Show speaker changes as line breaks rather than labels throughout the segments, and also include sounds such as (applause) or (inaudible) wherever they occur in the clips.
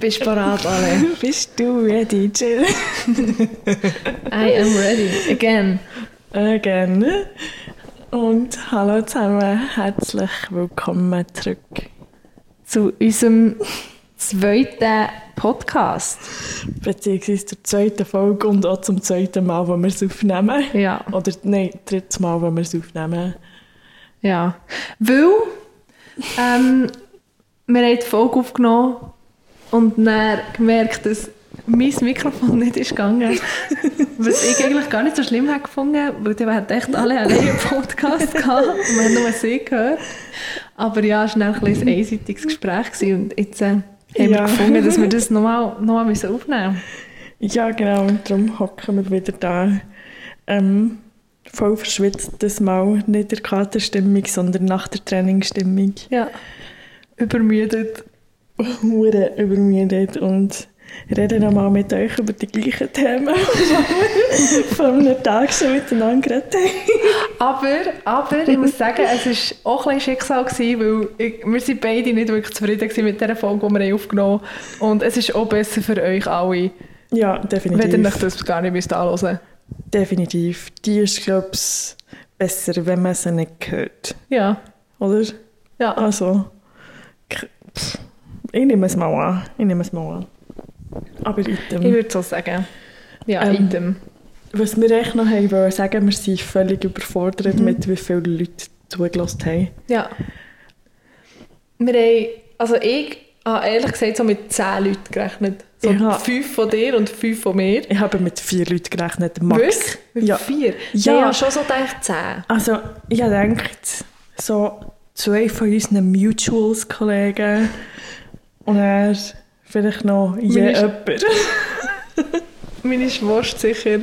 Bist du parat, alle?
Bist du ready? Chill.
I am ready. Again.
Again. Äh, Und hallo zusammen, herzlich willkommen zurück.
Zu unserem zweiten Podcast.
Beziehungsweise zur zweiten Folge und auch zum zweiten Mal, wo wir es aufnehmen.
Ja.
Oder nein, drittes Mal, wo wir es aufnehmen.
Ja. Weil, ähm, wir haben die Folge aufgenommen und dann gemerkt, dass mein Mikrofon nicht ist gegangen. Was ich eigentlich gar nicht so schlimm habe gefunden, weil die hatten echt alle alleine einen Podcast gehabt und wir haben nur sie gehört. Aber ja, es war dann ein, bisschen ein einseitiges Gespräch gewesen und jetzt äh, haben wir
Ja.
gefunden, dass wir das nochmal noch mal müssen aufnehmen müssen.
Ja, genau, und darum hocken wir wieder da. Ähm, voll verschwitzt, das Mal nicht der Katerstimmung, sondern nach der Trainingsstimmung.
Ja. Übermüdet.
Hure übermüdet und reden nochmal mit euch über die gleichen Themen, die wir vor einem Tag schon miteinander geredet haben.
Aber, aber ich muss sagen, es war auch ein bisschen Schicksal, gewesen, weil ich, wir sind beide nicht wirklich zufrieden gewesen mit dieser Folge, die wir haben aufgenommen haben. Und es ist auch besser für euch alle,
Ja,
wenn ihr euch
definitiv.
das gar nicht müsst anhören müsst.
Definitiv. Die ist, glaube ich, besser, wenn man sie nicht hört.
Ja.
Oder?
ja.
Also, k- pff, ich nehme es mal an. Ich nehme es mal an. Aber
Ich
item.
würde so sagen. Ja,
Ähm,
item.
Was wir echt noch haben wollen sagen, wir sind völlig überfordert mit wie viele Leute zugelassen haben.
Ja. Wir haben, also ich habe ehrlich gesagt so mit 10 Leuten gerechnet. So
Ich habe-
5 von dir und 5 von mir.
Ich habe mit vier Leuten gerechnet, max.
Wirklich? Mit
Ja.
4?
Ja.
Ich habe schon so gedacht, 10.
Also, ich denkt so zwei von unseren Mutuals-Kollegen und er vielleicht noch je
Meine Sch-
jemand. (laughs)
Meine Schwurst sicher...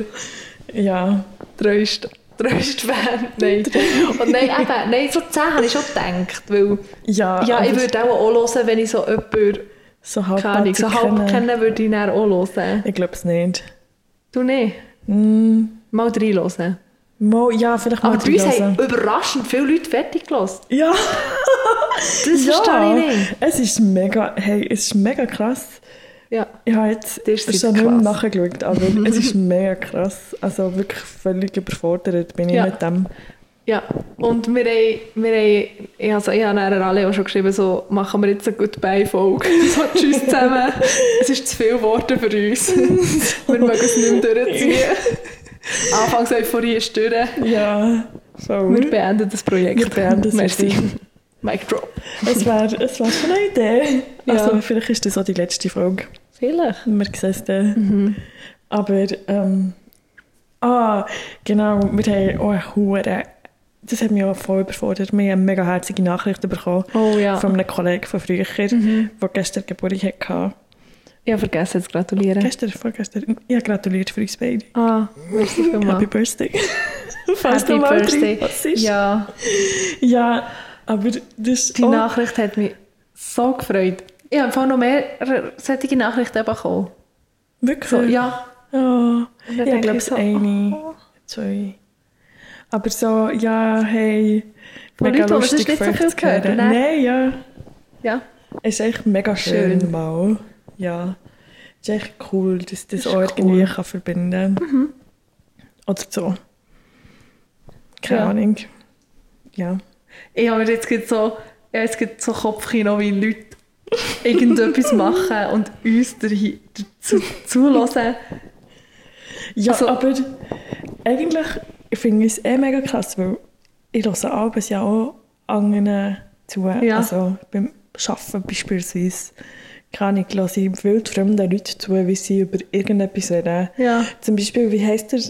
Ja,
Tröst. Tröst-Fan. Nein. Und nein, eben, nein, so 10 habe ich schon gedacht. Weil,
ja,
ja, ich
aber
würde auch, auch hören, wenn ich so jemanden
so
keine Ahnung, so
halbpatzig
halb
kennen.
kenne, würde ich dann auch hören.
Ich glaube es nicht.
Du nicht?
Mm,
Mal drei hören.
mo, ja, vielleicht mal
Aber bei uns haben
hören.
überraschend viele Leute fertig gelassen.
Ja,
Das
ja.
verstehe ich nicht.
Es ist mega, hey, es ist mega krass.
Ja.
Ich habe jetzt
Das ist
schon nicht mehr
krass.
nachgeschaut, aber
(laughs)
es ist mega krass. Also wirklich völlig überfordert bin ich
Ja.
mit dem.
Ja, und wir haben, wir haben ich, also ich habe nachher alle auch schon geschrieben, so machen wir jetzt eine Goodbye-Folge. (laughs) So, tschüss zusammen. es ist zu viel Worte für
(laughs)
uns. wir mögen es nicht mehr durchziehen. Anfangs Euphorie ist durch.
Ja, voll.
Wir beenden das Projekt.
Wir beenden es
Merci.
jetzt.
Mic drop.
Es wäre es wär schon eine Idee.
Ja.
Also vielleicht ist das auch die letzte Frage.
Vielleicht.
Wir sehen es dann.
Mhm.
Aber, ähm, ah, genau, wir haben auch eine Hure. Das hat mich auch voll überfordert. Wir haben eine mega herzige Nachricht bekommen
Oh ja. Mhm.
von einem Kollegen von früher, der gestern Geburtstag hatte.
Ich habe vergessen zu gratulieren.
Gestern, vorgestern. Ja, gratuliert für uns beide.
Ah, merci
Happy
vielmals. (laughs)
Birthday. Falls du mal drin was ist.
Ja,
ja, aber das
die
auch-
Nachricht hat mich so gefreut. Ich habe im Fall noch mehr solche Nachrichten bekommen.
wirklich. Oh,
So, ja.
Ja,
dann
ich
denke
glaube,
ich
es
so, "Oh."
eine, zwei. Aber so, ja, hey,
Von Leuten, die man sonst nicht so
von euch
viel ne?
zu hören.
hört, oder?
Nein, ja,
Ja.
ist echt mega schön,
Schön.
mal. Ja, ist echt cool, dass
Ist
das
Mhm.
auch irgendwie kann verbinden kann. Oder so. Keine
Ja.
Ahnung. Ja.
Ich habe mir jetzt gerade so, ja, jetzt gerade so Kopfkino, wie Leute (laughs) irgendetwas machen und uns dahi- dazu zulassen.
Ja,
Also-
aber eigentlich finde ich es eh mega krass, weil ich höre abends ja auch anderen zu.
Ja.
Also beim Arbeiten beispielsweise kann ich höre ich wild fremden Leuten zu, wie sie über irgendetwas reden.
Ja.
Zum Beispiel, wie heisst der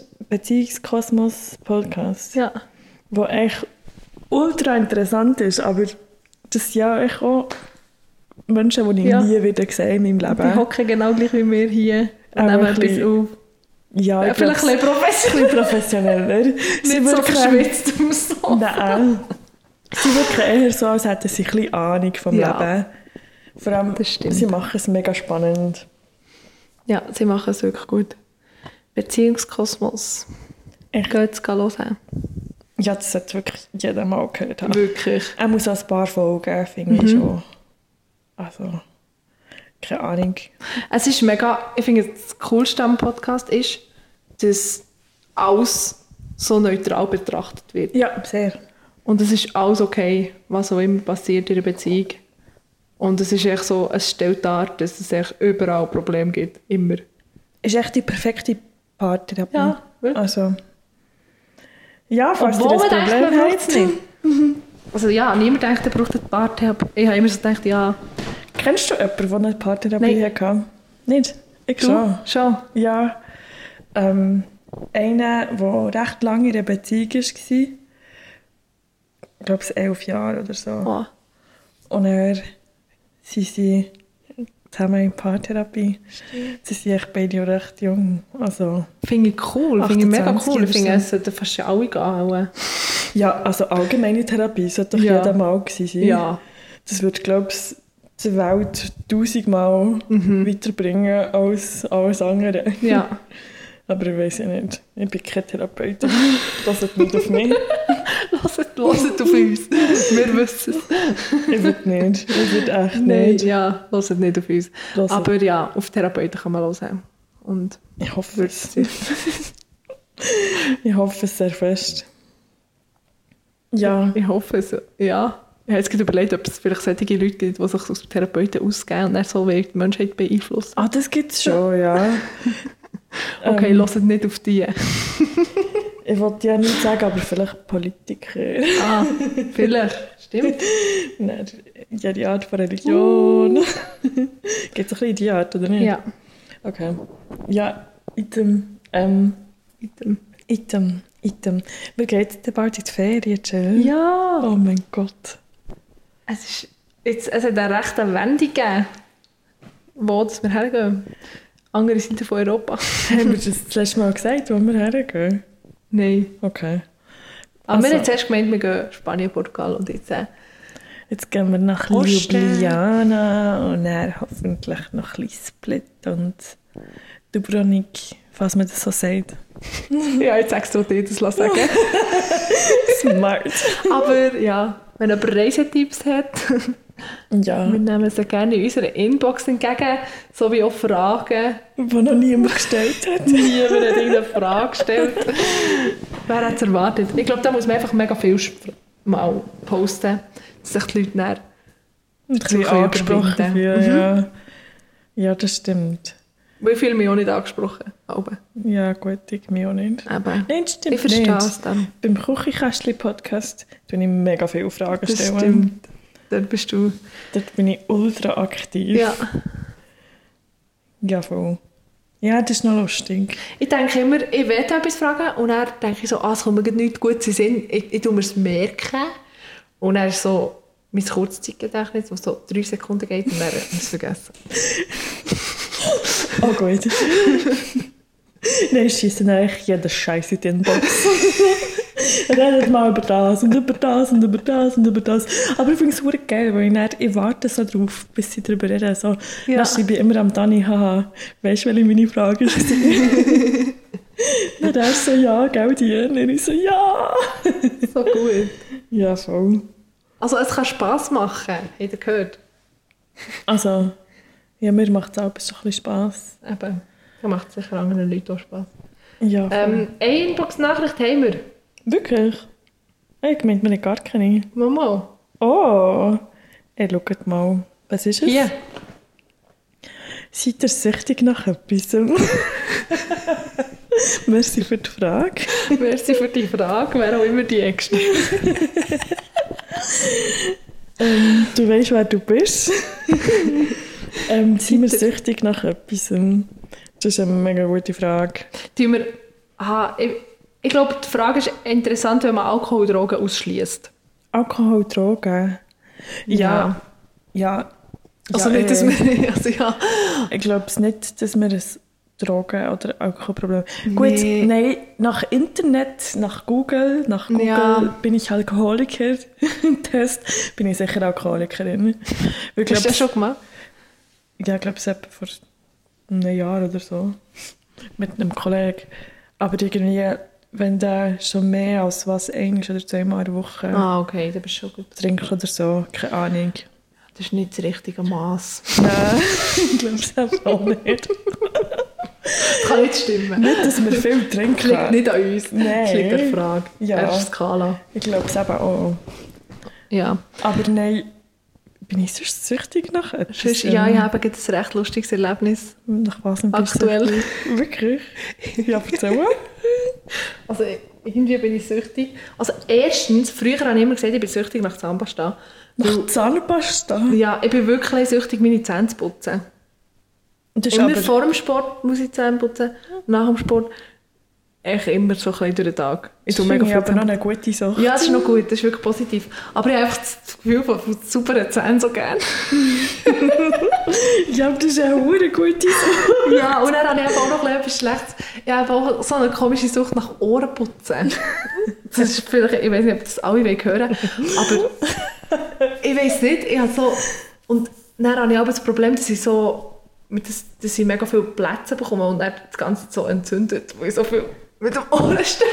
Beziehungskosmos-Podcast?
Ja.
Wo echt ultra interessant ist, aber das sind ja echt auch Menschen, die ich
Ja.
nie wieder sehe in meinem
Die
Leben.
hocken genau gleich wie wir hier und
Aber
nehmen
ein
etwas
bisschen-
auf.
Ja,
Ja,
ich glaube,
vielleicht ein bisschen professionell,
(laughs) bisschen professioneller. Sie
nicht so
wirken-
verschwitzt (laughs) am Sofa.
Nein. Sie wirken eher so, als hätten sie ein bisschen Ahnung vom
Ja.
Leben. Vor allem,
Das stimmt.
sie machen es mega spannend.
Ja, sie machen es wirklich gut. Beziehungskosmos.
Echt?
Geht es hören.
Ja, das hat wirklich jeder mal gehört. Haben.
Wirklich. Mhm.
Er muss auch ein paar Folgen, finde ich schon. Also, keine Ahnung.
Es ist mega, ich finde das Coolste am Podcast ist, dass alles so neutral betrachtet wird.
Ja, sehr.
Und es ist alles okay, was auch immer passiert in der Beziehung. Und es ist echt so, es stellt dar, dass es echt überall Probleme gibt. Immer.
Ist echt die perfekte Paartherapie.
Ja, wirklich.
Also. Ja, falls
Mhm. Obwohl
ihr
man
das
denkt,
Problem
man
habt.
braucht's nicht. (laughs) Also ja, niemand denkt, er braucht eine Paartherapie. Ich habe immer so gedacht, ja,
Kennst du jemanden, der eine Paartherapie
Nein.
hatte? Nicht? Ich
du,
schon.
schon.
Ja. Ähm, einer, der recht lange in einer Beziehung war. Ich glaube, es elf Jahre oder so.
Oh.
Und er, sie sind zusammen in Paartherapie. Sie sind echt beide auch recht jung. Also,
Finde ich cool, finde ich mega
28
cool. Ich
oder
finde,
so.
es sollten fast alle gehen. auch.
ja, also allgemeine Therapie sollte doch
Ja.
jeder mal gewesen sein.
Ja.
Das würde, glaube ich, die Welt tausendmal weiterbringen als alles andere.
Mhm. Ja.
(laughs) Aber ich weiß ja nicht. Ich bin keine Therapeutin. Das hat nicht auf mich.
Hört hört auf (laughs) uns. Wir wissen es.
Ich würde nicht. Ich würde echt
Nein,
nicht.
ja, hört nicht auf uns.
Hört.
Aber ja, auf Therapeuten kann man hören. Und
Ich hoffe
würde
es.
sich (laughs)
Ich hoffe es sehr fest. Ja.
Ich hoffe es, ja. Ich habe jetzt gerade überlegt, ob es vielleicht solche Leute gibt, die sich aus Therapeuten ausgeben und dann so wird die Menschheit beeinflussen.
Ah, das gibt es schon, ja.
(laughs) Okay,
Ähm,
hört nicht auf die.
Ich wollte ja nicht sagen, aber vielleicht
(laughs)
Politiker. (laughs)
Ah, vielleicht. Stimmt.
Nein, ja, die Art von Religion. (laughs) Geht es ein bisschen in die Art, oder nicht?
Uh. Ja.
Okay. Ja, item. Ähm,
Mit dem-
item. Item. Wir gehen jetzt bald in die Ferien, Jill.
Ja,
Oh mein Gott.
es, ist, jetzt, es hat eine rechte Wende gegeben, wo das wir hergehen. Andere Seite von Europa.
Haben wir das das letzte Mal gesagt, wo wir hergehen?
Nein.
Okay.
Aber wir
Also.
haben zuerst gemeint, wir gehen Spanien, Portugal und jetzt äh,
Jetzt gehen wir nach
Osten.
Ljubljana und dann hoffentlich noch ein bisschen Split und Dubrovnik, falls man das so sagt.
(laughs) Ja, jetzt extra dir das lassen sagen.
Smart.
(laughs) Aber ja, wenn jemand Reisetipps hat...
ja,
Wir nehmen sie gerne in unserer Inbox entgegen, sowie auch Fragen.
wo noch niemand gestellt
(laughs)
hat.
Niemand hat irgendeine Frage (laughs) gestellt. Wer hat es erwartet? Ich glaube, da muss man einfach mega viel sp- mal posten, dass sich die Leute näher.
Ein bisschen
bisschen Mhm.
angesprochen
überwinden.
fühlen, ja. Ja, das stimmt.
Weil viele mich auch nicht angesprochen haben.
Ja, gut, ich mich auch nicht.
Aber
Nein, das stimmt
ich verstehe
nicht.
es dann.
Beim Küchenkästchen-Podcast stelle ich mega viele Fragen.
Das
stellen.
stimmt. Dann bist du.
Dort bin ich ultra aktiv.
Ja.
ja, voll. Ja, das ist noch lustig.
Ich denke immer, ich werde etwas fragen und dann denke ich so, ah, es kommt mir gerade nichts Gutes in den Sinn. Ich, ich tue mir es merken. Und dann ist so mein Kurzzeitgedächtnis, das so drei Sekunden geht und dann habe ich es vergessen.
Oh (laughs) gut. Nein, schießen eigentlich jeden Scheiß in die Inbox. Redet mal über das und über das und über das und über das. Aber ich finde es super geil, weil ich, dann, ich warte so drauf, bis sie darüber reden. So,
Ja.
Dann schreibe ich immer am Dani, haha, weißt du, welche meine Frage war? Dann er so, ja, gell, die. Und ich so, ja.
(laughs) So gut.
Ja, voll.
Also es kann Spass machen, habt ihr gehört?
Also, ja, mir macht es auch ein bisschen Spass.
Eben. Das macht sicher anderen Leuten auch Spass.
Ja, voll.
Ähm, eine Inbox-Nachricht haben wir.
Wirklich? Ich meinte, wir haben gar keine.
Mama.
Oh, ey, schaut mal. Was ist es?
Hier.
Seid ihr süchtig nach etwas? (laughs) Merci für die Frage.
Merci für die Frage, wer auch immer die extra.
Ähm, du weißt, wer du bist. ähm, sind wir süchtig nach etwas? Das ist eine mega gute Frage.
Tun wir... Aha, ich, ich glaube, die Frage ist interessant, wenn man Alkohol und Drogen ausschließt.
Alkohol, Drogen? Ja. Ja.
Also
Ja,
nicht, dass
äh,
wir... (laughs) Also ja.
Ich glaube nicht, dass wir ein Drogen- oder Alkoholproblem Gut,
Nee.
nein, nach Internet, nach Google, nach Google
Ja.
bin ich Alkoholiker. (laughs) Test bin ich sicher
(laughs)
Alkoholikerin. Ich
Hast du
glaube,
das schon gemacht?
ja, ich glaube, es etwa vor einem Jahr oder so. Mit einem Kollegen. Aber irgendwie, wenn der schon mehr als was, ein oder zweimal in der Woche
Ah, okay, dann bist du schon gut.
trinkt oder so, keine Ahnung.
Das ist nicht das richtige (laughs) Maß.
(laughs) Nein, ich glaube es auch nicht.
Kann nicht stimmen.
Nicht, dass wir viel
Es liegt
trinken.
nicht an uns.
Nein.
Es liegt an der Frage.
Ja.
Erste Skala.
Ich glaube es eben auch.
Ja.
Aber nein, bin ich sonst süchtig nach etwas?
Sonst, Dus ja,
Ähm,
ich habe gerade ein recht lustiges Erlebnis
Nach was denn bist du
aktuell.
süchtig? Wirklich? Ja, erzähl mal.
(laughs) Also irgendwie bin ich süchtig. Also erstens, früher habe ich immer gesagt, ich bin süchtig nach Zahnpasta.
Nach Zahnpasta.
Ja, ich bin wirklich süchtig, meine Zähne zu putzen.
Das ist
Immer
aber,
vor dem Sport muss ich Zähne putzen, nach dem Sport. Echt immer so ein bisschen durch den Tag. Ich
das
tue
ist
mega
mega
viel
aber noch
Zähne.
eine gute Sache.
Ja, das ist noch gut, das ist wirklich positiv. Aber ich habe einfach das Gefühl von von sauberen Zähnen so gerne.
Ja, aber das ist eine hure gute Sache.
(laughs) Ja, und dann habe ich eben auch noch etwas Schlechtes. Ich habe auch so eine komische Sucht nach Ohrenputzen. (laughs) Das ist vielleicht, ich weiß nicht, ob das alle wollen hören aber (laughs) ich weiß nicht, ich habe so... Und dann habe ich aber das Problem, dass ich so... mit das- Dass ich mega viele Plätze bekomme und dann das Ganze so entzündet, weil ich so viel mit dem (laughs) Ohrenstäbchen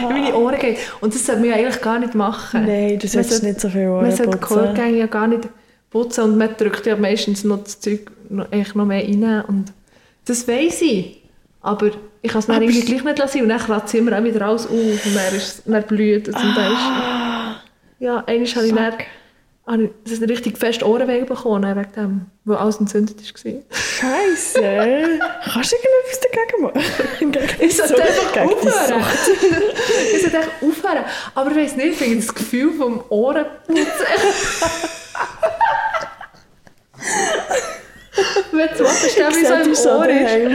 in meine Ohren geht. Und das sollte man ja eigentlich gar nicht machen.
Nein, du
Man
solltest
sollte-
nicht so viel
man sollte die
Ohrenputzen.
Chorgänge ja gar nicht putzen und man drückt ja meistens noch das Zeug noch, eigentlich noch mehr rein. Und das weiss ich. Aber ich kann es dann
Aber
irgendwie
es-
gleich nicht lassen. Und dann kratzt es immer auch wieder alles auf und dann, ist, es- dann blüht es. Und dann ist,
Ah,
ja, einmal habe ich
fuck.
dann habe ich, das ist ein richtig fest Ohrenweh bekommen, wegen dem, weil alles entzündet war.
Scheisse. Kannst du irgendetwas dagegen (laughs) machen? Gegen
Ich sollte
so-
einfach
gegen die
aufhören. (laughs)
Sucht.
ich sollte einfach aufhören. Aber ich weiss nicht, ich finde das Gefühl vom (laughs) Ohrenputzen. Wenn du
Ich
wie
sehe dich
so im Ohr ist.
daheim.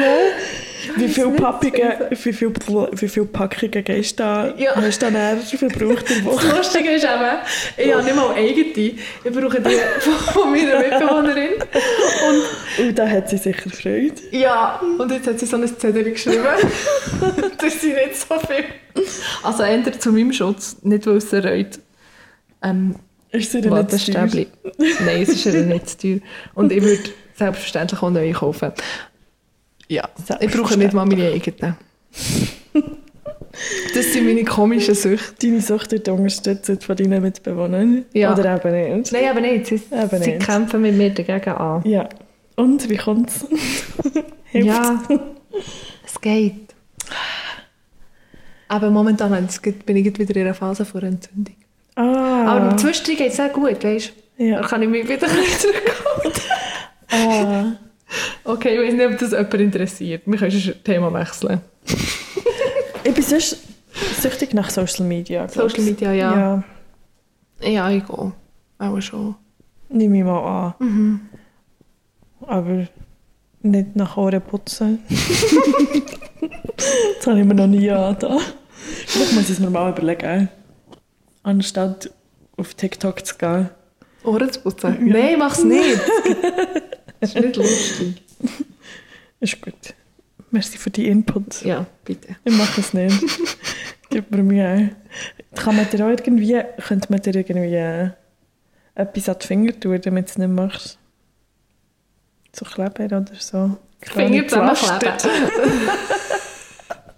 Wie viele
nicht,
Packungen, wie viel, Pl- wie viel Packungen gehst du da,
Ja.
hast du da näher verbraucht in der Woche?
Das Lustige ist eben, ich habe nicht mal eigene. Ich brauche die von- von meiner Mitbewohnerin.
(laughs) Und da hat sie sicher Freude.
Ja, und jetzt hat sie so ein Zettel (laughs) geschrieben. das sind nicht so viel. Also ändert zu meinem Schutz, nicht weil es ihr reut. Ähm,
Ist sie denn nicht zu teuer?
Wattestäbli. (laughs) Nein, es ist ihr nicht zu teuer. Und ich würde selbstverständlich auch neue kaufen. Ja, ich brauche nicht mal meine eigenen. Das sind meine komischen Süchte.
Deine Sucht wird unterstützt von deinen Mitbewohnern.
Ja.
Oder eben nicht.
Nein, aber nicht. Sie,
Eben
sie
nicht.
kämpfen mit mir dagegen an.
Ja. Und, wie kommt's? Hilft.
Ja, es geht. Aber momentan habe ich das gerade- bin ich gerade wieder in einer Phase vor Entzündung.
(laughs) Ah.
Aber zwischendurch geht es sehr gut, weißt du?
Ja.
Da kann ich mich wieder (laughs) ein bisschen zurückhalten.
ah.
Okay, ich weiß nicht, ob das jemand interessiert. Wir können das Thema wechseln.
Ich bin sonst süchtig nach Social Media. glaub
Social
ich.
Media, ja. Ja,
Ja,
ich gehe. Auch schon.
nehme ich mal an. Aber nicht nach Ohren putzen. (laughs) das habe ich mir noch nie angetan. Vielleicht muss ich es mir mal überlegen. Anstatt auf TikTok zu gehen.
Ohren zu putzen? Nein, (laughs) mach's nicht. das ist nicht lustig.
Ist gut. Merci für die Input.
Ja, bitte.
Ich mache es nicht. Gib mir Mühe. Kann man dir auch irgendwie, könnte man dir irgendwie äh, etwas an die Finger tun, damit du es nicht machst? So Kleber oder so.
Finger
Plastik.
zusammenkleben.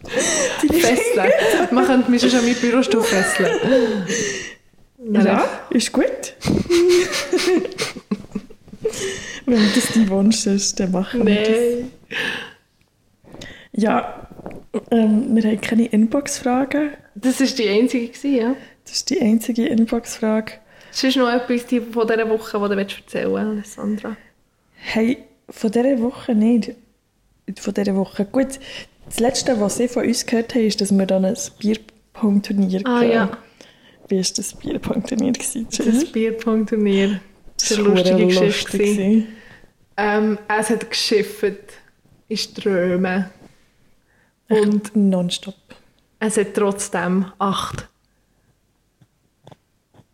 (laughs) Fesseln. Man könnte mich schon an meinen Bürostuhl fesseln.
Ja, ist gut. (laughs) Wenn das dein Wunsch ist, dann machen wir das.
Nein.
Ja, ähm, wir haben keine Inbox-Fragen.
Das war die einzige, gewesen, ja.
Das ist die einzige Inbox-Frage.
Sonst noch etwas die- von dieser Woche, die du willst erzählen willst, Alessandra.
Hey, von dieser Woche nicht. Von dieser Woche. Gut, das Letzte, was ich von uns gehört habe, ist, dass wir dann ein Bierpong-Turnier
Ah
gehen.
ja,
Wie war das Bierpong-Turnier? gewesen,
das
Jill?
Bierpunkt-Turnier. Das war eine
verdammt
lustige Geschichte.
lustig
gewesen.
gewesen.
Ähm, es hat geschifft in Strömen. Und
Nonstop.
es hat trotzdem acht,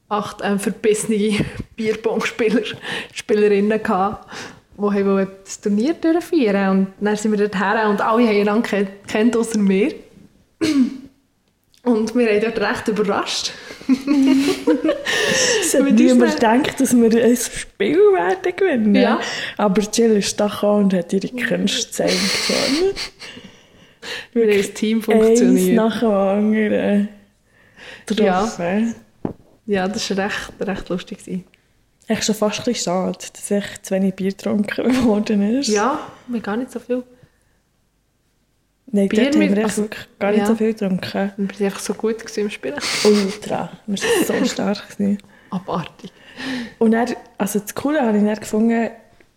acht ähm, verbissene (laughs) Bierpong-Spieler, Spielerinnen gehabt, die haben wollen das Turnier durchführen Und dann sind wir dort her und alle haben einander ke- kennt, außer mir. Und wir haben dort recht überrascht.
Es hat
Mit
niemand
unseren-
gedacht, dass wir ein Spiel werden gewinnen.
Ja.
Aber Jill ist da gekommen und hat ihre Künste gezeigt. ne?
Wir haben als Team
Eins
funktioniert.
nach dem anderen.
Ja.
Getroffen.
Ja, das war recht, recht lustig. gewesen.
Echt schon fast ein bisschen schade, dass ich zu wenig Bier getrunken (laughs) worden ist.
Ja, wir gar nicht so viel.
Nein,
Bier
dort haben wir
mit-
echt
also,
wirklich gar nicht
ja.
so viel getrunken.
Wir waren einfach so gut gewesen im Spielen.
Ultra. Wir
(laughs)
waren so stark. Gewesen.
Abartig.
Und dann, also das Coole habe ich dann gefunden,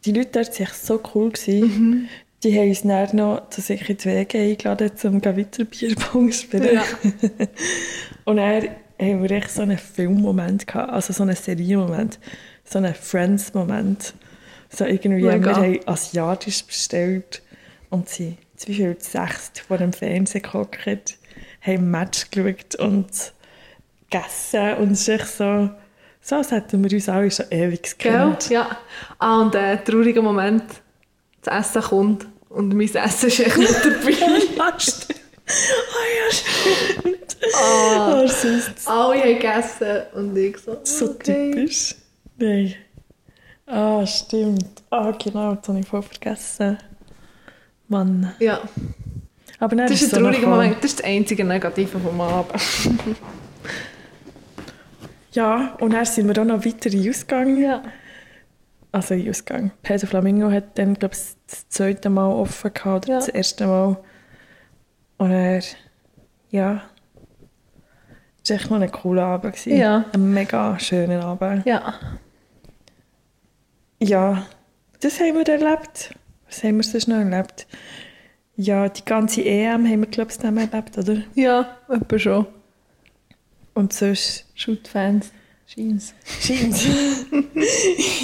die Leute dort waren echt so cool. Gewesen.
Mhm.
Die haben uns dann noch zu sich in die Wege eingeladen, um weiter Bierpong zu spielen.
(laughs) Ja.
Und dann haben wir echt so einen Filmmoment gehabt, also so einen Serienmoment, so einen Friends-Moment. So irgendwie,
Mega.
wir haben asiatisch bestellt und sie zwei viel zu sechs vor dem Fernsehen gehockt, haben Match geschaut und gegessen und es ist echt so, so als hätten wir uns alle schon ewig
Gell?
gekannt.
Ja. Ah, und der traurige Moment, das Essen kommt und mein Essen ist echt nicht (laughs) dabei.
Ah, stimmt. Ah, ja, stimmt.
Ah.
Ah, süß.
Alle haben gegessen und ich so,
So
okay.
typisch. Nein. Ah, stimmt. Ah, genau, das habe ich voll vergessen. Mann.
Ja, dus
Aber nein,
das ist
so
ein trauriger
noch-
Moment. Das ist das einzige Negative vom Abend.
Ja, und dann sind wir auch noch weiter in den Ausgang.
Ja.
Also in den Ausgang. Pedro Flamingo hat dann, glaube ich, das zweite Mal offen gehabt oder
Ja.
das erste Mal. Und er, ja. Es war echt noch ein cooler Abend. gewesen.
Ja.
Ein mega schöner Abend.
Ja.
Ja, das haben wir erlebt. Was haben wir sonst noch erlebt? Ja, die ganze EM haben wir, glaube ich, zusammen erlebt, oder?
Ja, etwa schon.
Und sonst
Shoot-Fans. Scheins.
(laughs) scheint.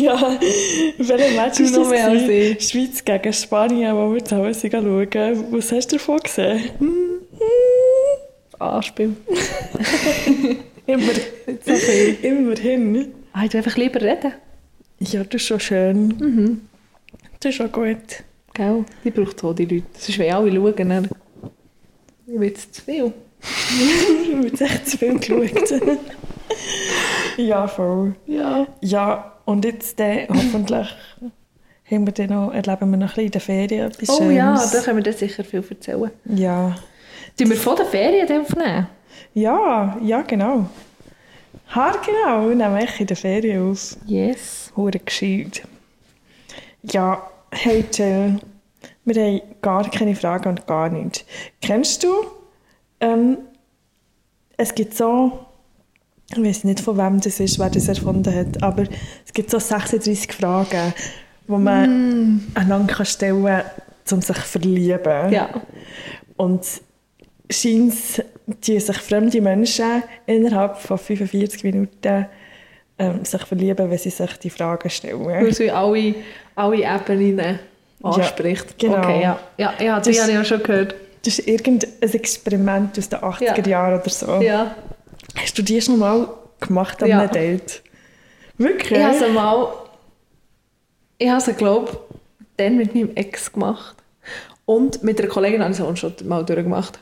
ja, welcher Match
Du
ist
noch
das?
mehr als
gewesen? Schweiz gegen Spanien, wo wir zusammen sind schauen. Was hast du davon gesehen?
(laughs) Anspiel.
Immer,
Nicht so viel.
immerhin.
Ah, ich will einfach lieber reden.
Ja, das ist schon schön. Das ist schon gut.
Gell? Mhm. Die braucht so die Leute. Sonst wollen alle schauen. Dann wird es zu viel.
Ich habe echt zu viel geschaut. (laughs) ja, voll.
Ja.
Ja, und jetzt äh, hoffentlich haben wir dann noch, erleben wir noch ein bisschen in der Ferien etwas
Oh
Schönes.
ja, da können wir dann sicher viel erzählen.
ja.
Sollen wir vor der Ferien dann aufnehmen?
Ja, ja, genau. Haar genau, wir nehmen echt in der Ferien auf.
Yes.
Hure gescheit. Ja, hey Jill, wir haben gar keine Fragen und gar nichts. Kennst du, ähm, es gibt so, ich weiß nicht von wem das ist, wer das erfunden hat, aber es gibt so 36 Fragen, die
Mhm. Mm.
man einander kann stellen kann, um sich zu verlieben.
Ja.
Und scheint die sich fremde Menschen innerhalb von 45 Minuten ähm, sich verlieben, wenn sie sich die Fragen
Weil
stellen.
es wie alle, alle Ebenen anspricht.
Ja, genau.
Okay, eh, ja. Ja, ja die
Das-
habe ich auch schon gehört.
Das ist irgendein Experiment aus den 80er
Ja.
Jahren oder so.
Ja.
Hast du die schon mal gemacht an
Ja.
einem Date? Wirklich?
Ich habe sie mal, ich habe sie, glaube dann mit meinem Ex gemacht. Und mit einer Kollegin habe ich sie auch schon mal durchgemacht.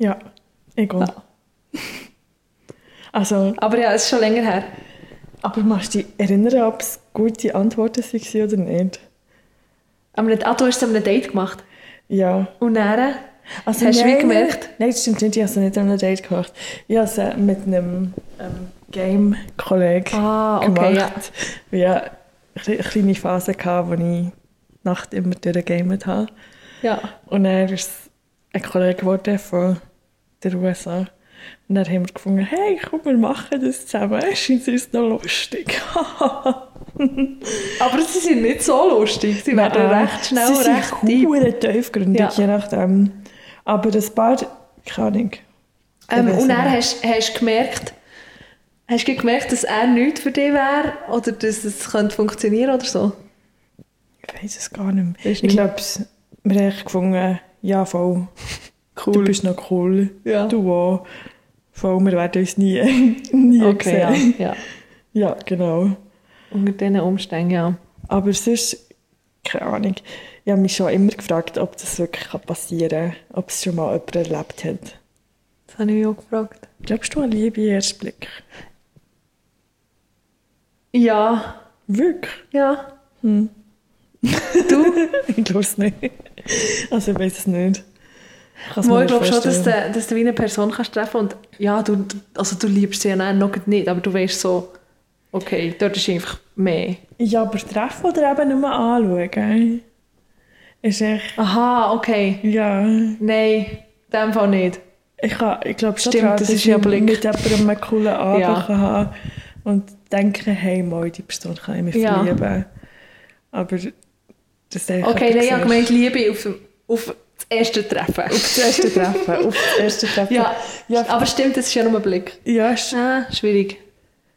Ja, egal. Also,
Aber ja, es ist schon länger her.
aber machst du dich erinnern, ob es gute Antworten waren oder nicht?
Am, ah, du hast sie an einem Date gemacht.
Ja.
Und dann
Also
Hast du wie
nein,
gemerkt?
Nein, das stimmt nicht. Ich habe es nicht an einem Date gemacht. Ich habe es äh, mit einem ähm, Game-Kollegen
Ah, okay,
gemacht. Ja. Ich hatte eine kleine Phase, gehabt, wo ich die Nacht immer durchgegamet habe.
ja.
Und er ist ein Kollege geworden von der USA. Und dann haben wir gefunden, hey, komm, wir machen das zusammen. (laughs) Scheint es ist noch lustig.
ja. Aber sie sind nicht so lustig. Sie
Nein,
werden
äh,
recht schnell
Sie sind
recht deep.
verdammt tiefgründig,
Ja.
je nachdem. Aber das paar, keine Ahnung.
Ähm,
gewesen.
und dann hast, hast du gemerkt, hast du gemerkt, dass er nichts für dich wäre oder dass es könnte funktionieren oder so?
Ich weiß es gar nicht mehr.
Weisst
Ich
du nicht?
glaube, wir haben echt gefunden, ja, voll. Du bist noch cool.
Ja.
Du auch. Voll, wir werden uns nie, (laughs) nie
Okay, ja.
sehen.
ja.
Ja. genau.
Unter diesen Umständen, ja.
Aber sonst, keine Ahnung. Ich habe mich schon immer gefragt, ob das wirklich kann passieren kann. Ob es schon mal jemand erlebt hat.
Das habe ich mich auch gefragt.
Glaubst du an Liebe im ersten Blick?
Ja,
Wirklich? (laughs)
ja.
Hm.
(laughs) Du,
Ich glaube es nicht. Also ich weiß es nicht. Kann's mir
Mo, ich
nicht
glaube schon, dass
vorstellen.
du, dass du wie eine Person kannst treffen und ja, du, du- also du liebst sie ja dann noch nicht, aber du weißt so, Okay, dort ist einfach mehr.
Ja, aber treffen oder eben nur anschauen. Ist echt,
Aha, okay.
ja.
Nein, in dem Fall nicht.
Ich, kann- ich glaube schon,
Stimmt,
daran,
das
dass
ist ja
ich
Blick.
mit jemandem einen coolen Abend
Ja.
kann haben und denken, hey, moi, die Person kann ich mir
Ja.
verlieben. Aber das ist
Okay, nein, ich habe gemeint, Liebe auf, auf das erste Treffen.
Auf das erste
(laughs)
Treffen. auf das erste Treffen.
Ja, Ah,
Ja.
aber stimmt, das ist ja nur ein Blick.
ja ist,
Ah, schwierig.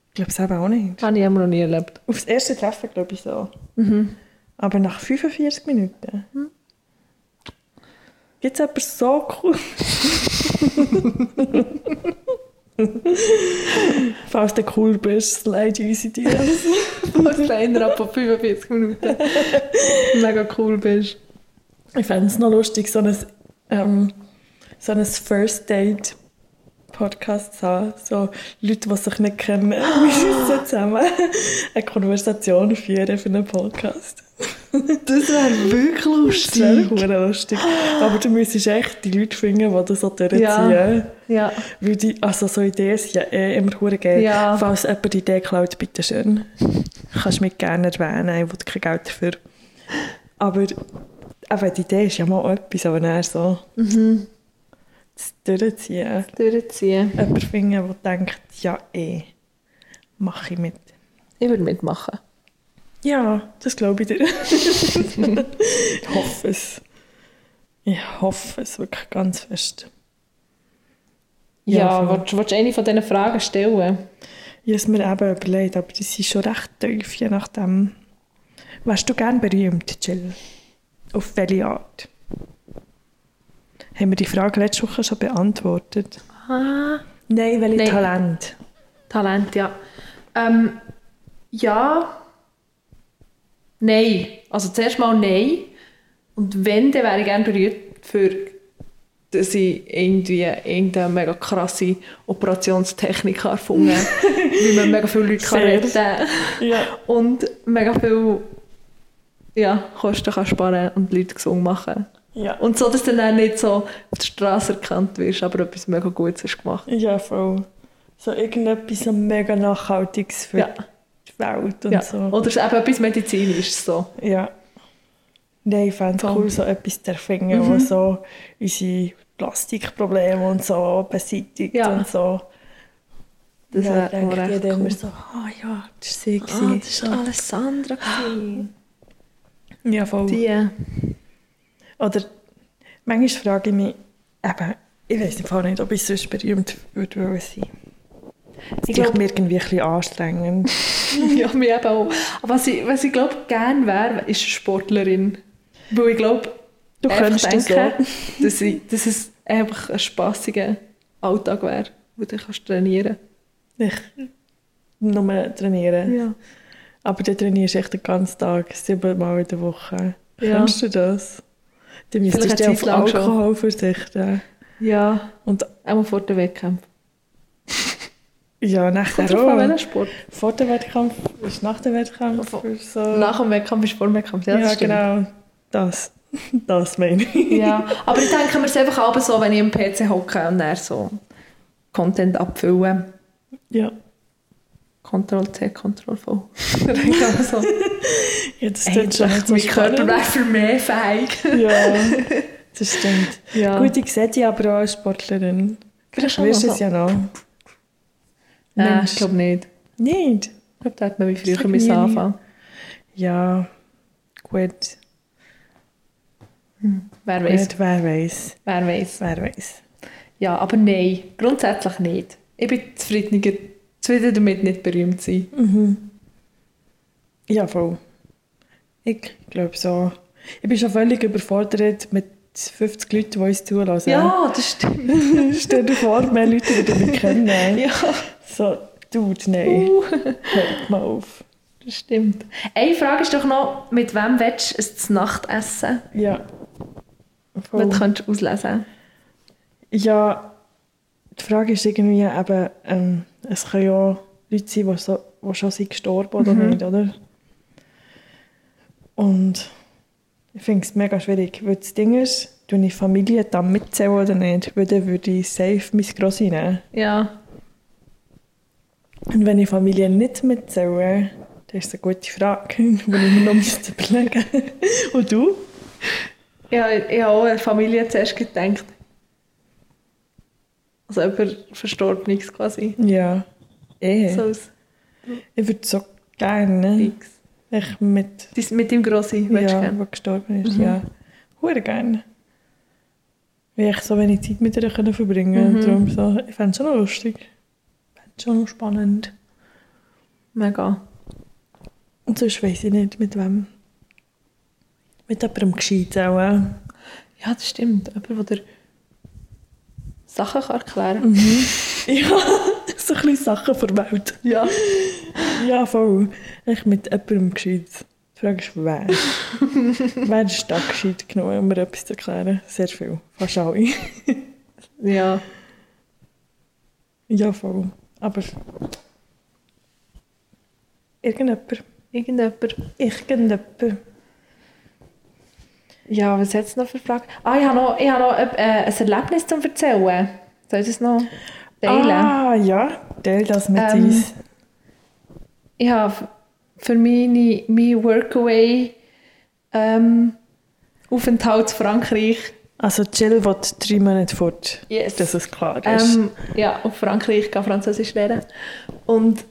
ich glaube es eben auch nicht.
Habe ich immer noch nie (laughs) erlebt.
Auf das erste Treffen glaube ich so.
Mhm.
Aber nach 45 Minuten. Gibt es jemanden so
(laughs)
cool? Falls du cool bist, slide in unsere DMs.
Als kleiner ab 45 Minuten. (laughs) Mega cool bist.
Ich fände es noch lustig, so ein, ähm, so ein First Date Podcast zu haben. So Leute, die sich nicht kennen, (laughs) müssen so zusammen (laughs) eine Konversation führen für einen Podcast.
Das wäre wirklich
Das wäre
lustig.
verdammt lustig. Aber du müsstest echt die Leute finden, die das so durchziehen.
Ja. Ja.
Weil die, also so Ideen sind ja eh immer hure geil.
Ja.
Falls jemand die Idee klaut, bitte schön. Kannst mich gerne erwähnen, ich will kein Geld dafür. Aber eben, eh, die Idee ist ja mal etwas, aber dann so das durchziehen.
Durchziehen.
Jemand finden, der denkt, ja eh, mache ich mit.
Ich würde mitmachen.
Ja, das glaube ich (laughs) dir. ich hoffe es. Ich hoffe es wirklich ganz fest. Ja,
Ja,
voll.
willst, willst du eine von diesen Fragen stellen?
Ich habe mir eben überlegt, aber die sind schon recht tief, je nachdem. Wärst du gern berühmt, Jill? Auf welche Art? Haben wir die Frage letzte Woche schon beantwortet?
Ah.
Nein, welche
Nein.
Talent?
Talent, ja. Ähm, ja. Nein. Also zuerst mal nein. Und wenn, dann wäre ich gerne berührt für dass ich irgendwie irgendeine mega krasse Operationstechnik habe erfunden
(laughs)
wie man mega viele Leute kann
Sehr.
retten kann.
Ja.
Und mega viel ja, Kosten kann sparen und Leute gesund machen.
Ja.
Und so, dass du dann auch nicht so auf der Straße erkannt wirst, aber etwas mega Gutes hast gemacht.
ja, voll. So irgendetwas so mega Nachhaltiges für
Ja.
die Welt und
Ja.
so.
Oder es ist eben etwas Medizinisches. So.
Ja. Nein, ich fände es
Voll. Mhm.
cool, so etwas zu erfinden, wo so unsere Plastikprobleme und so beseitigt
Ja.
und so.
Das
ja,
wäre
denkt
auch recht
jeder immer
cool.
so, ah ja, das war sie.
eh, Ah, das war Alessandra. gewesen.
ja, voll.
Die.
Oder manchmal frage ich mich, eben, ich weiß im Fall nicht, ob ich sonst berühmt würde wollen sein.
Ich
Ich glaube,
glaube,
mir irgendwie ein bisschen anstrengend.
ja, mir eben auch. Aber was ich, was ich glaube, gerne wäre, ist eine Sportlerin. Weil ich glaube,
Du
einfach
könntest das
denken, (laughs) dass, ich, dass es einfach ein spassiger Alltag wäre, wo du kannst trainieren
Ich nur trainieren.
Ja.
Aber du trainierst echt den ganzen Tag, siebenmal in der Woche.
Ja.
Kannst du das? Dann müsstest
Vielleicht
du
eine
auf
Zeit lang schon.
Alkohol verzichten.
Ja,
Und
einmal vor dem Wettkampf.
ja, nachher
Kommt drauf an, welchen
auch.
Sport.
Vor dem Wettkampf ist nach dem Wettkampf.
Vor-
so.
Nach dem Wettkampf ist vor dem Wettkampf. Ja,
Ja,
das stimmt.
genau. Das. Das meine ich.
Ja, aber ich denke mir es einfach auch so, wenn ich am PC hocke und dann so Content abfüllen.
Ja.
Ctrl-C,
(laughs)
Ctrl-V. Dann denke ich auch so,
ja das klingt schon
eigentlich,
nicht so
mein Körper
spannend.
wäre für mehr fähig.
Ja,
(laughs)
das stimmt.
Ja.
Gut, ich sehe dich aber auch als Sportlerin. Vielleicht wirst du es ja noch.
Nein,
Mensch.
Ah, ich glaube nicht.
Nicht?
Ich glaube, da hätte man wie
Äh, Das
früher
sagt
müssen
nie
anfangen
Ja, gut.
Wer weiß,
Gut, wer weiß.
wer weiß.
Wer weiß.
Ja, aber nein, grundsätzlich nicht. Ich bin zufriedeniger, zufrieden damit, nicht berühmt zu sein.
Ja, voll. Ich glaube so. Ich bin schon völlig überfordert mit 50 Leuten, die uns zulassen.
Ja, das stimmt.
Stell dir vor, mehr Leute
(laughs)
würden mich kennen.
Ja,
So, Dude, nein. Hört Halt mal auf.
das stimmt. Eine Frage ist doch noch, mit wem willst du es zu Nacht essen?
Ja. Voll.
Was könntest du auslesen?
Ja, die Frage ist irgendwie eben, ähm, es können ja Leute sein, die, so, die schon sind gestorben oder nicht, oder? Und ich finde es mega schwierig, weil das Ding ist, tue ich Familie dann mitzählen oder nicht, weil dann würde ich safe meine Grossi nehmen.
Ja.
Und wenn ich Familie nicht mitzähle, dann ist das eine gute Frage, (laughs) die ich mir noch müsste überlegen Und du?
Ja, ich habe auch an Familie zuerst gedacht. Also über Verstorbenes quasi.
Ja. Eh.
So aus
Ich würde so gerne
Dings.
ich mit
Dies- Mit dem Grossi, willst
ja,
du gerne?
der gestorben ist, ja. Hure gerne. Wie ich so wenig Zeit mit ihr können
Mhm.
verbringen konnte. Darum so, ich fände es schon noch lustig. Fände es schon noch spannend.
Mega.
Und sonst weiss ich nicht, mit wem. Mit jemandem gescheit auch. äh.
Ja, das stimmt. Jemand, der dir Sachen kann erklären
(laughs) Ja, so ein bisschen Sachen von der Welt.
Ja.
Ja, voll. Ich mit jemandem gescheit. Die Frage ist, wer? wer ist da gescheit genug, um mir etwas zu erklären? Sehr viel. Fast alle.
Ja.
Ja, voll. Aber. Irgendjemand.
Irgendjemand.
Irgendjemand.
Ja, was hat es noch für Fragen? Ah, ich habe noch, ich habe noch äh, äh, ein Erlebnis zum erzählen. Soll ich das noch teilen?
Ah, ja. Teil das mit
Ähm.
uns.
Ich habe f- für meine, mein Workaway ähm, Aufenthalt in Frankreich.
Also, Jill will drei Monate fort.
Yes.
Dass es klar ist.
Ähm, ja, auf Frankreich gehe Französisch lernen. Und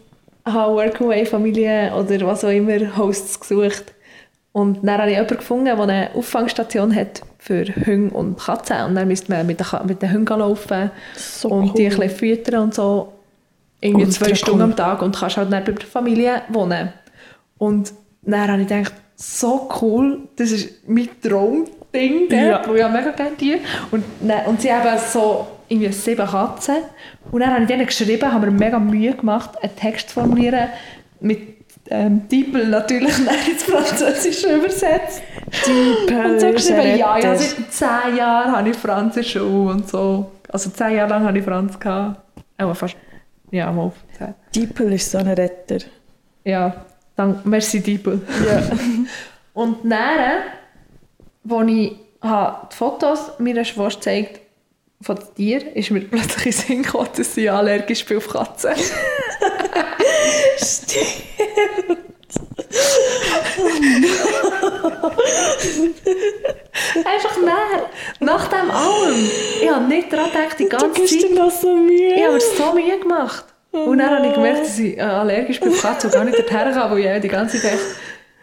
habe Workaway-Familie oder was auch immer Hosts gesucht. Und dann habe ich jemanden gefunden, der eine Auffangstation hat für Hunde und Katzen. Und dann müsste man mit den, Ka- mit den Hunden laufen
so
und die ein
cool.
bisschen füttern und so. Irgendwie
Ultra
zwei Stunden
cool.
am Tag und kannst halt dann bei der Familie wohnen. Und dann habe ich gedacht, so cool, das ist mein Traumding,
Ja.
ja. wo ich auch mega gerne die. Und, dann, und sie haben so irgendwie sieben Katzen. Und dann habe ich denen geschrieben, haben mir mega Mühe gemacht, einen Text zu formulieren, mit ähm, Titel natürlich (laughs) dann ins Französische übersetzt. (laughs) Und so geschrieben, ja, ja, seit zehn Jahren habe ich Franz in der Schule und so. Also zehn Jahre lang hatte ich Franz. Gehabt. Aber fast, ja, mal auf zehn.
Diepel ist so ein Retter.
Ja, dann, merci Diebel. (laughs) und dann, als ich habe die Fotos meiner Schwester gezeigt von den Tieren, ist mir (laughs) plötzlich in den Sinn gekommen, dass ich allergisch bin auf Katzen. Einfach näher. Nach dem allem. Ich habe nicht daran gedacht, die
Du
ganze
gibst
Zeit.
ihm das so Mühe.
Ich habe mir so Mühe gemacht.
Oh
und dann habe ich
nein.
gemerkt, dass ich äh, allergisch bin auf Katzen und gar nicht dorthin kann, weil ich auch die ganze Zeit dachte,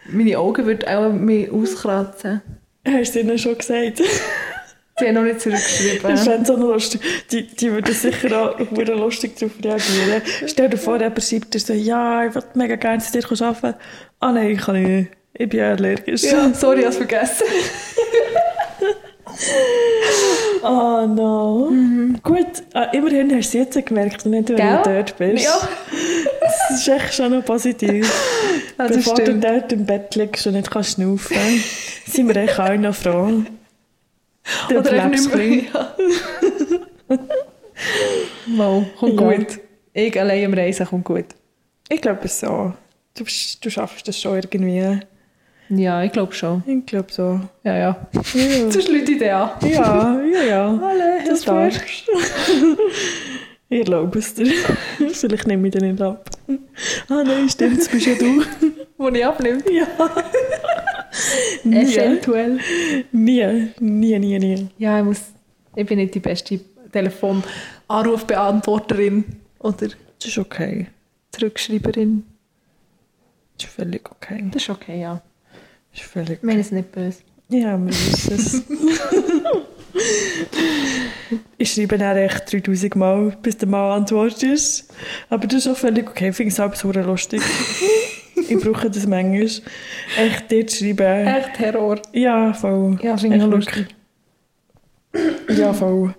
meine Augen würden auch mich auskratzen.
Hast du ihnen schon gesagt?
Sie haben noch nicht
Das
zurückgeschrieben.
fände so noch lustig. Die, die würden sicher auch sehr lustig darauf reagieren. Stell dir vor, jemand schreibt dir so, ja, ich würde mega gerne zu dir kommen arbeiten. Ah nein, ich kann ich nicht. Ich bin ja allergisch.
Ja, sorry, ich habe es vergessen.
Oh no.
Mhm.
Gut, ah, immerhin hast du es jetzt gemerkt, nicht wenn
Gell?
du dort bist.
Ja,
Das ist echt schon noch positiv.
also
Bevor
stimmt.
du dort im Bett liegst und nicht kannst schnaufen, sind wir echt alle noch froh. Du
Oder eben nicht
überlebst
mehr. Ja. Mal, kommt
Ja.
gut. Ich allein am Reisen kommt gut.
Ich glaube so. Du, bist- du schaffst das schon irgendwie.
Ja, ich glaube schon.
Ich glaube so.
Ja, ja.
Ja,
Sonst Leute ich dich an.
ja, ja. ja.
Alle,
Das darfst (laughs) Ich erlaube es dir. (laughs) Vielleicht nehme ich den in den Lapp. Ah nein, stimmt, das bist ja (laughs) du.
Wo ich abnimmt.
Ja. nie,
Eventuell.
nie, nie, nie, nie.
Ja, ich muss. Ich bin nicht die beste Telefonanrufbeantworterin oder
Das ist okay.
Zurückschreiberin.
Das ist völlig okay.
Das ist okay, ja.
Das ist völlig
Ich meine es nicht böse.
Ja, wir wissen es. (laughs) ich schreibe dann echt 3000 Mal, bis der Mann antwortet. Aber das ist auch völlig okay. Ich finde es auch so (laughs) lustig. ich brauche das manchmal. Echt dort schreiben.
Echt Terror.
Ja, voll.
Ja, finde ich
Echt
lustig.
wirklich. Ja, voll.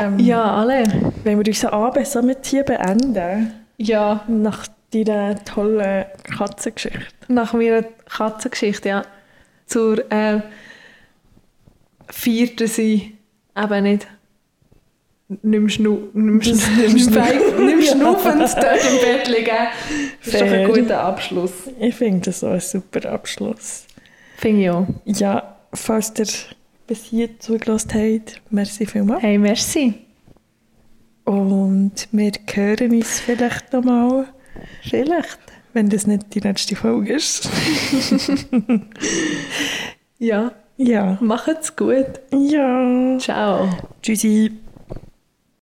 Ähm,
Ja, alle.
Wenn wir unseren Abend so mit hier beenden,
Ja,
nach deiner tollen Katzengeschichte.
nach meiner Katzengeschichte, ja. Zur äh, vierten sie eben nicht. Nimm schnu nimm (laughs)
Das
schnu-
nimm schnu-
nimm nimm
Ja.
schnuffend dort im Bett liegen. Das ist doch
Fair.
ein guter Abschluss.
Ich finde das so ein super Abschluss.
Finde ich auch.
Ja, falls ihr bis hier zugelassen habt, merci vielmals.
Hey, merci.
Und wir hören uns vielleicht nochmal,
Vielleicht.
wenn das nicht die nächste Folge ist.
Ja,
ja.
macht's gut.
Ja.
Ciao.
Tschüssi.